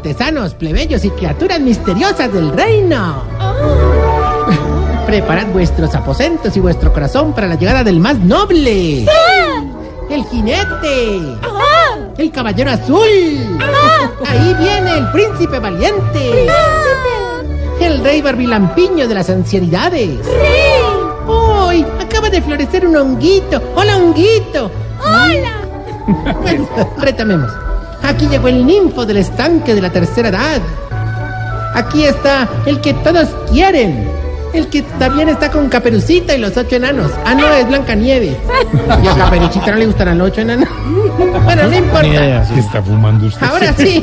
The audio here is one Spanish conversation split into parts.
Artesanos, plebeyos y criaturas misteriosas del reino. Preparad vuestros aposentos y vuestro corazón para la llegada del más noble. El jinete. El caballero azul. Ahí viene el príncipe valiente. El rey barbilampiño de las ancianidades. ¡Uy! Acaba de florecer un honguito. ¡Hola, honguito! ¡Hola! bueno, retomemos. Aquí llegó el ninfo del estanque de la tercera edad. Aquí está el que todos quieren. El que también está con Caperucita y los ocho enanos. Ah, no, es Blancanieves. Y a Caperucita no le gustarán los ocho enanos. bueno, no importa. ¿Qué está fumando usted? Ahora sí,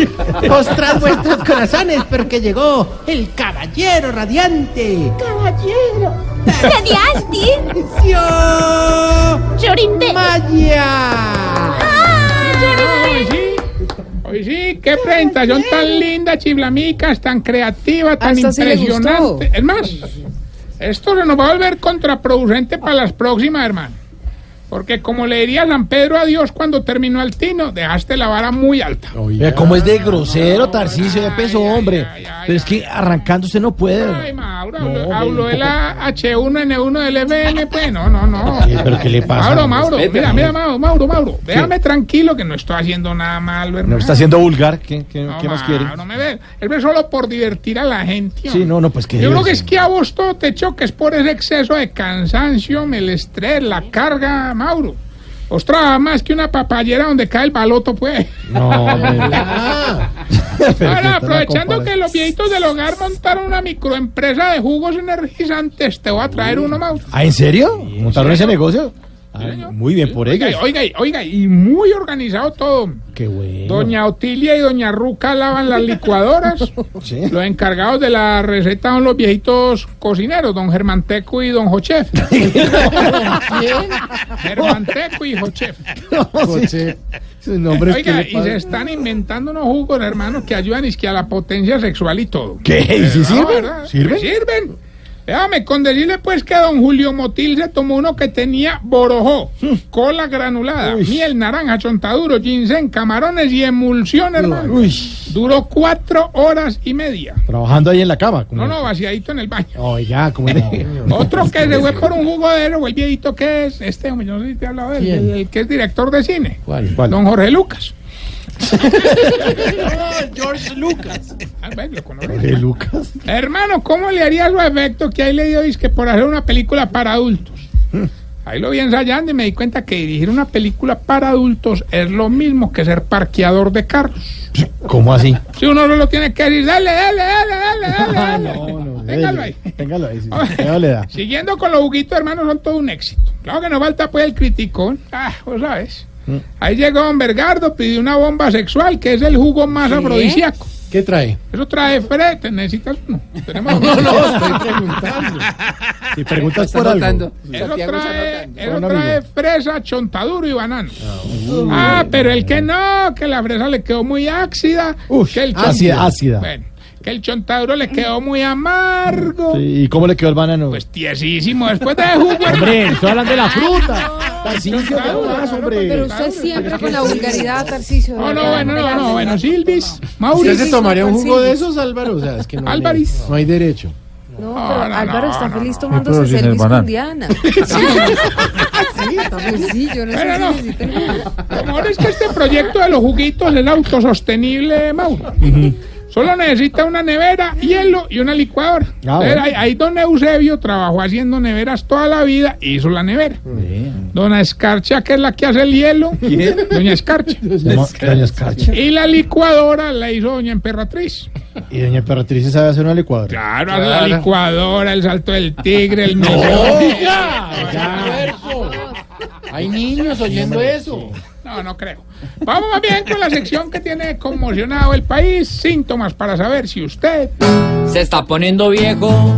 postrad vuestros corazones porque llegó el caballero radiante. Caballero. ¡Radiante! ¡Sio ¡Llorinde! Maya! Ah. Hoy sí, hoy sí, qué presentación tan linda, chiblamicas, tan creativa, tan Hasta sí le impresionante. gustó. es más, esto nos va a volver contraproducente para las próximas, hermano. Porque como le diría San Pedro a Dios cuando terminó el tino, dejaste la vara muy alta. Vea cómo es de grosero, Tarcisio, ya pesó, Ay, ay, hombre. ay, ay, Pero es que arrancando usted no Ay, puede. Mauro, habló, habló de la H1N1 del EBM, pues, no, no, no. ¿Pero qué le pasa? Mauro, Mauro, mira, mira, Mauro, Mauro, Mauro, déjame tranquilo que no estoy haciendo nada malo, hermano. No está siendo vulgar. ¿Qué, qué- No, qué más ma, quiere? No me ve. Él ve solo por divertir a la gente. Sí, no, no, pues que. Yo creo Dios, que es que a vos todo te choques por el exceso de cansancio, el estrés, la carga, Mauro. Ostras, más que una papallera donde cae el baloto, pues. No, hombre. Ah. Ahora, Perfecta la aprovechando comparación. que los viejitos del hogar montaron una microempresa de jugos energizantes, te voy a traer uno, Mauro. ¿Ah, en serio? ¿Montaron ese negocio? Ah, muy bien por Oiga, ellos. oiga, oiga, y muy organizado todo. Qué bueno. Doña Otilia y Doña Ruca lavan las licuadoras. Sí. Los encargados de la receta son los viejitos cocineros, don Germanteco y don Jochef. Germanteco y Jochef. Coche. Sus nombres que Oiga, le y se pasan. están inventando unos jugos, hermanos, que ayudan es que a la potencia sexual y todo. ¿Qué? ¿Y si No, sirven? ¿verdad? ¿Sirven? Sirven. Déjame con decirle pues que don Julio Motil se tomó uno que tenía borojó, Hmm. cola granulada, miel, naranja, chontaduro, ginseng, camarones y emulsión, hermano. Uy, Duró cuatro horas y media. trabajando ahí en la cama. como- No, no, vaciadito en el baño. Oiga, como es de- Otro que se fue por un jugodero, o el viejito que es, este hombre, yo no sé si te he hablado de él, el, el que es director de cine, ¿Cuál? ¿Cuál? don Jorge Lucas. George Lucas. ¿De Lucas? Hermano, ¿cómo le haría los efectos que ahí le dio? Dice que por hacer una película para adultos. Ahí lo vi ensayando y me di cuenta que dirigir una película para adultos es lo mismo que ser parqueador de carros. ¿Cómo así? Si uno no lo tiene que decir, dale, dale, dale, dale, dale, dale. Téngalo ahí. Téngalo ahí. sí. Ya le da. Siguiendo con los juguitos, hermano, son todo un éxito. Claro que nos falta pues el criticón. Ah, vos sabes. Mm. Ahí llegó Don Bergardo, pidió una bomba sexual, que es el jugo más afrodisíaco. ¿Qué trae? Eso trae frete, necesitas uno. Tenemos Si preguntas por algo. Eso trae, eso trae fresa, chontaduro y banano. ah, pero el que no, que la fresa le quedó muy ácida. Uy, que el chon- ácida, ácida. Bueno, que el chontaduro le quedó muy amargo. Sí, ¿Y cómo le quedó el banano? Pues tiesísimo, después de jugo, hombre, estoy hablando de la fruta. Tarcisio, ¿qué Claro, hablas, claro, hombre? Pero usted siempre con la vulgaridad, Tarcicio. No, no, bueno, no, no, bueno, Silvis, ¿Usted Mauricio. se tomaría un jugo de esos, Álvaro? O sea, es que no hay- Álvarez. no hay derecho. No, No, pero no, Álvaro no, está no, feliz no. tomándose Pero el sin el servicio banano. con Diana. Sí, pues sí, yo no Pero sé no. si necesito- Lo mejor es que este proyecto de los juguitos es autosostenible, Mauro. Solo necesita una nevera, hielo y una licuadora. Ah, Entonces, bueno. ahí, ahí don Eusebio trabajó haciendo neveras toda la vida e hizo la nevera. Dona Escarcha, que es la que hace el hielo. Doña Escarcha. Llama- Doña Escarcha. Y la licuadora la hizo Doña Emperatriz. Y doña Emperatriz sabe hacer una licuadora. Claro, la licuadora, el salto del tigre, el no. Hay niños oyendo eso. No, no creo. Vamos más bien con la sección que tiene conmocionado el país. Síntomas para saber si usted. Se está poniendo viejo.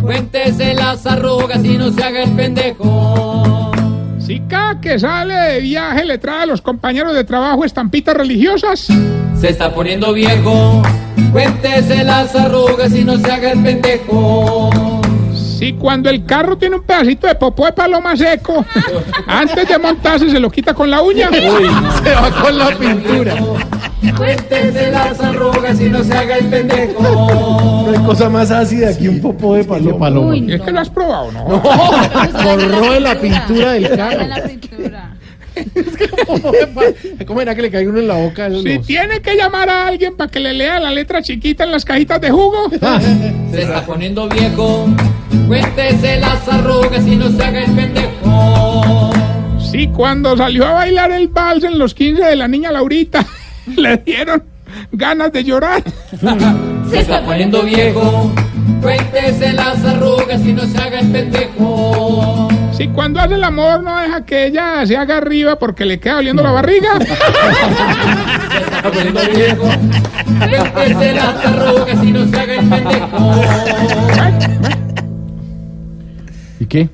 Cuéntese las arrugas y no se haga el pendejo. Si cada que sale de viaje le trae a los compañeros de trabajo estampitas religiosas. Se está poniendo viejo. Cuéntese las arrugas y no se haga el pendejo. Si cuando el carro tiene un pedacito de popó de paloma seco, antes de montarse se lo quita con la uña. Se va con la pintura. Cuéntese las arrugas y no se haga el pendejo. No hay cosa más ácida que un popó de paloma. paloma. ¿Y es que lo has probado, no? Corró de la pintura del Era carro. la pintura. ¿Cómo era que le caiga uno en la boca? Eso Si no. tiene que llamar a alguien para que le lea la letra chiquita en las cajitas de jugo. Se está poniendo viejo. Cuéntese las arrugas y no se haga el pendejo. Si cuando salió a bailar el vals en los 15 de la niña Laurita, le dieron ganas de llorar. Se está poniendo viejo. Cuéntese las arrugas y no se haga el pendejo. Si cuando hace el amor no deja que ella se haga arriba porque le queda oliendo la barriga. Se está poniendo viejo. Cuéntese las arrugas y no se haga el pendejo. ¿Y qué?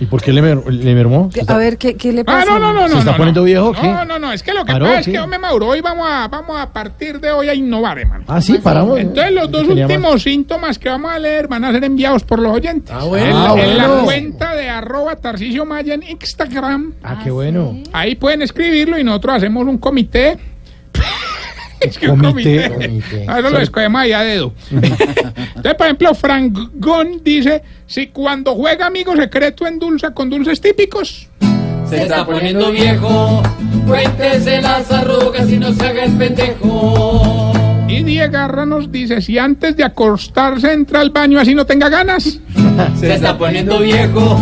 ¿Y por qué le, mer- le mermó? Se está- A ver, ¿qué, qué le Ah, pasa? no, no, no, no. ¿Se está no, poniendo no. viejo o qué? No, no, no. Es que lo que Paró, pasa es sí. que hombre Mauro, hoy vamos a, vamos a partir de hoy a innovar, hermano. Ah, sí, paramos. Entonces los dos Tenía más. últimos síntomas que vamos a leer van a ser enviados por los oyentes. Ah, bueno. Ah, en bueno. la cuenta de arroba Tarcisio Maya en Instagram. Ah, qué bueno. Ahí pueden escribirlo y nosotros hacemos un comité. es que Comité. Ah, Eso lo escogemos ahí a dedo. Entonces, por ejemplo, Frangón dice, si cuando juega amigo secreto endulza con dulces típicos. Se está poniendo viejo. Cuéntese las arrugas y no se haga el pendejo. Y Diego Garra nos dice, si antes de acostarse entra al baño así no tenga ganas. Se está poniendo viejo.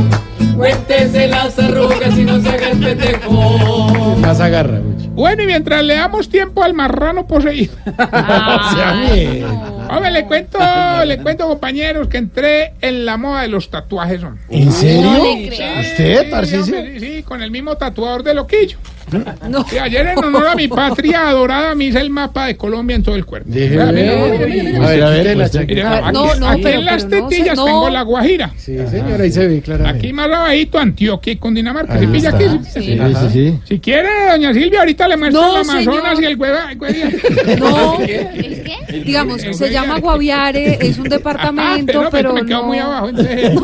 Cuéntese las arrugas y no se haga el pendejo. Más agarra, güey. Bueno, y mientras le damos tiempo al marrano poseído. O sea, Ay, mierda. no. Hombre, le cuento, le cuento, compañeros, que entré en la moda de los tatuajes. hombre. ¿En No serio? le creo. ¿Usted, Sí, Tarcisio? hombre, sí, sí, con el mismo tatuador de loquillo. ¿Mm? No. Y ayer en honor a mi patria adorada me hice el mapa de Colombia en todo el cuerpo. Deje Mira, ver. Ah, mira, mira, mira, mira. A ver, a Mire, ver. la Mire, chaqueta. ah, aquí, no, no, aquí pero- en las pero no sé, tetillas no. tengo la Guajira. Sí, señora, ahí se ve claramente. Aquí más abajito Antioquia y Cundinamarca. ¿Se Ahí pilla está. aquí? Sí. Sí, sí, sí. Si quiere, doña Silvia, ahorita le muestro No, el Amazonas señor. y el hueva. el hueva- Ah, No, ¿El qué? digamos, se llama Guaviare, es un Ah, departamento, no, pero me quedo no. muy abajo. entonces-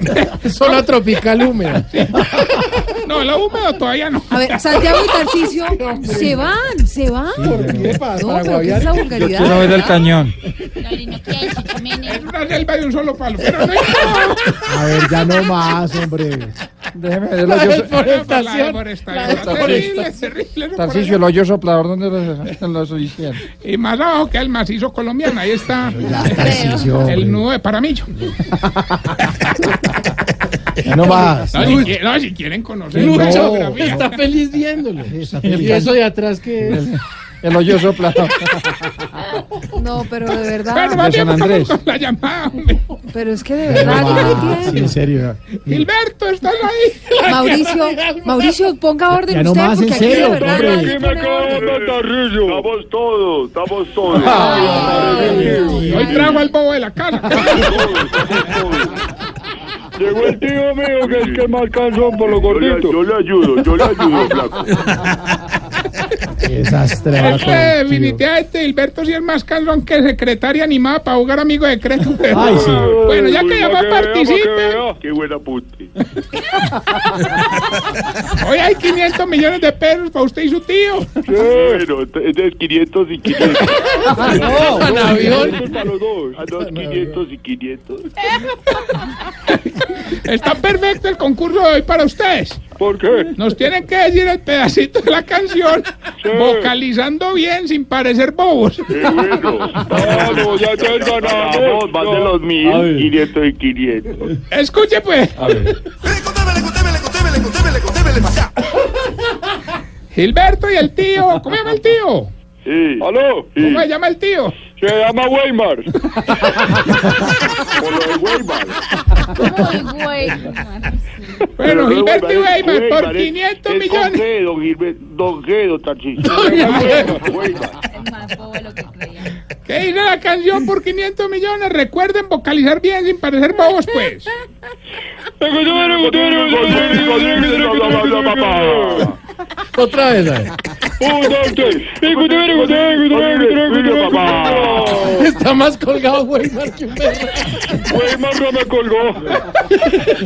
Zona tropical húmeda. no, lo húmedo todavía no. A ver, Santiago y Tarcicio se van, se van. ¿Qué pasa? No, Para pero ¿qué es la guaviar. vulgaridad? ver el cañón. Lorino, ¿qué es? Jiménez. Es una selva de un solo palo. Pero no importa. A ver, ya no más, hombre. Déjeme ver el hoyo. La deforestación. Terrible, terrible, eso por Tarcicio, el hoyo soplador, ¿dónde lo, lo hicieron? allá. Y más abajo que el macizo colombiano. Ahí está Tarcisio, hombre. el nudo de Paramillo. Ya no más. No, si, quieren, no, si quieren conocer No, la geografía. está feliz viéndolo. feliz. Y eso de atrás que es. El hoyo soplador. No, pero de Bueno, verdad, más San bien vamos Andrés. con la llamada. hombre. pero es que de verdad no Sí, entiendo. en serio. Gilberto, ¿estás ahí? Mauricio, Mauricio, ponga orden Ya no usted, más, porque en aquí de serio, verdad hombre. nadie pone orden. Estamos todos, estamos todos. Hoy trago al bobo de la cara. Llegó el tío mío que es que más cansón por lo Yo le ayudo, yo le ayudo, flaco. Qué Desastre. ahora Es que con el tío. definitivamente Gilberto sí es más calzón que secretaria animada para jugar amigo de crédito. Ay, sí. Bueno, ya que llamó, participe. Qué buena puti. Hoy hay 500 millones de pesos para usted y su tío. Bueno, es de 500 y 500. Pan avión. para los dos. A los 500 y 500. Está perfecto el concurso de hoy para ustedes. ¿Por qué? Nos tienen que decir el pedacito de la canción, vocalizando bien sin parecer bobos. Qué bueno. Vamos, ya te ganamos. Más de los 1000, 500 y 500. Escuche pues. Gilberto y el tío. ¿Cómo se llama el tío? Sí. ¿Aló? ¿Cómo se llama el tío? Se llama Weimar. Por lo de Weimar. Muy bueno. Bueno, Gilberto Weimar, Weimar, por es- 500 es millones. Don Guedo, Gilberto, Don Guedo, Tarcisio. ¿Qué dice la canción por 500 millones? Recuerden vocalizar bien sin parecer bobos, pues. Otra vez, a ver. Está más colgado, güey, más que un perro. Weimar no me colgó.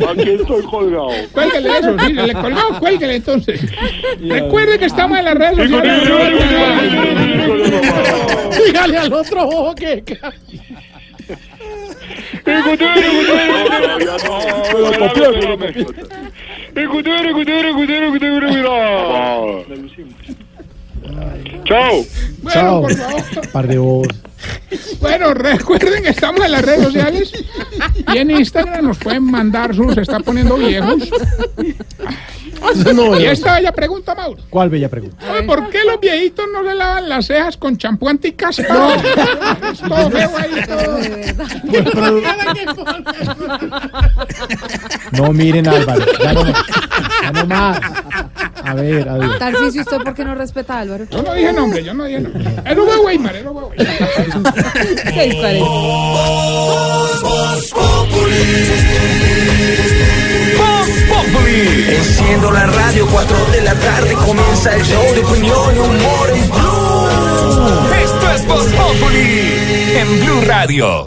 Aquí estoy colgado. Cuélguele eso, sí, le colgó, cuélguele entonces. Recuerden que estamos en las redes sociales. Dígale al otro ojo que. Chao. Bueno, por favor. Par de voz. Bueno, recuerden que estamos en las redes sociales y en Instagram nos pueden mandar sus se está poniendo viejos. No, Y esta bella pregunta, Mauro. ¿Cuál bella pregunta? ¿Por qué los viejitos no le lavan las cejas con champú anticaspa? Es todo feo ahí, todo. No miren, Álvaro. Ya no, ya no más. A ver, a ver. Tarcisio, ¿usted por qué no respeta a Álvaro? Yo no dije nombre, yo no dije nombre. Era un Weimar, era un Weimar. 640. Enciendo la radio, 4 de la tarde comienza el show de opinión y humor en Blue. Esto es Voz Populi en Blue Radio.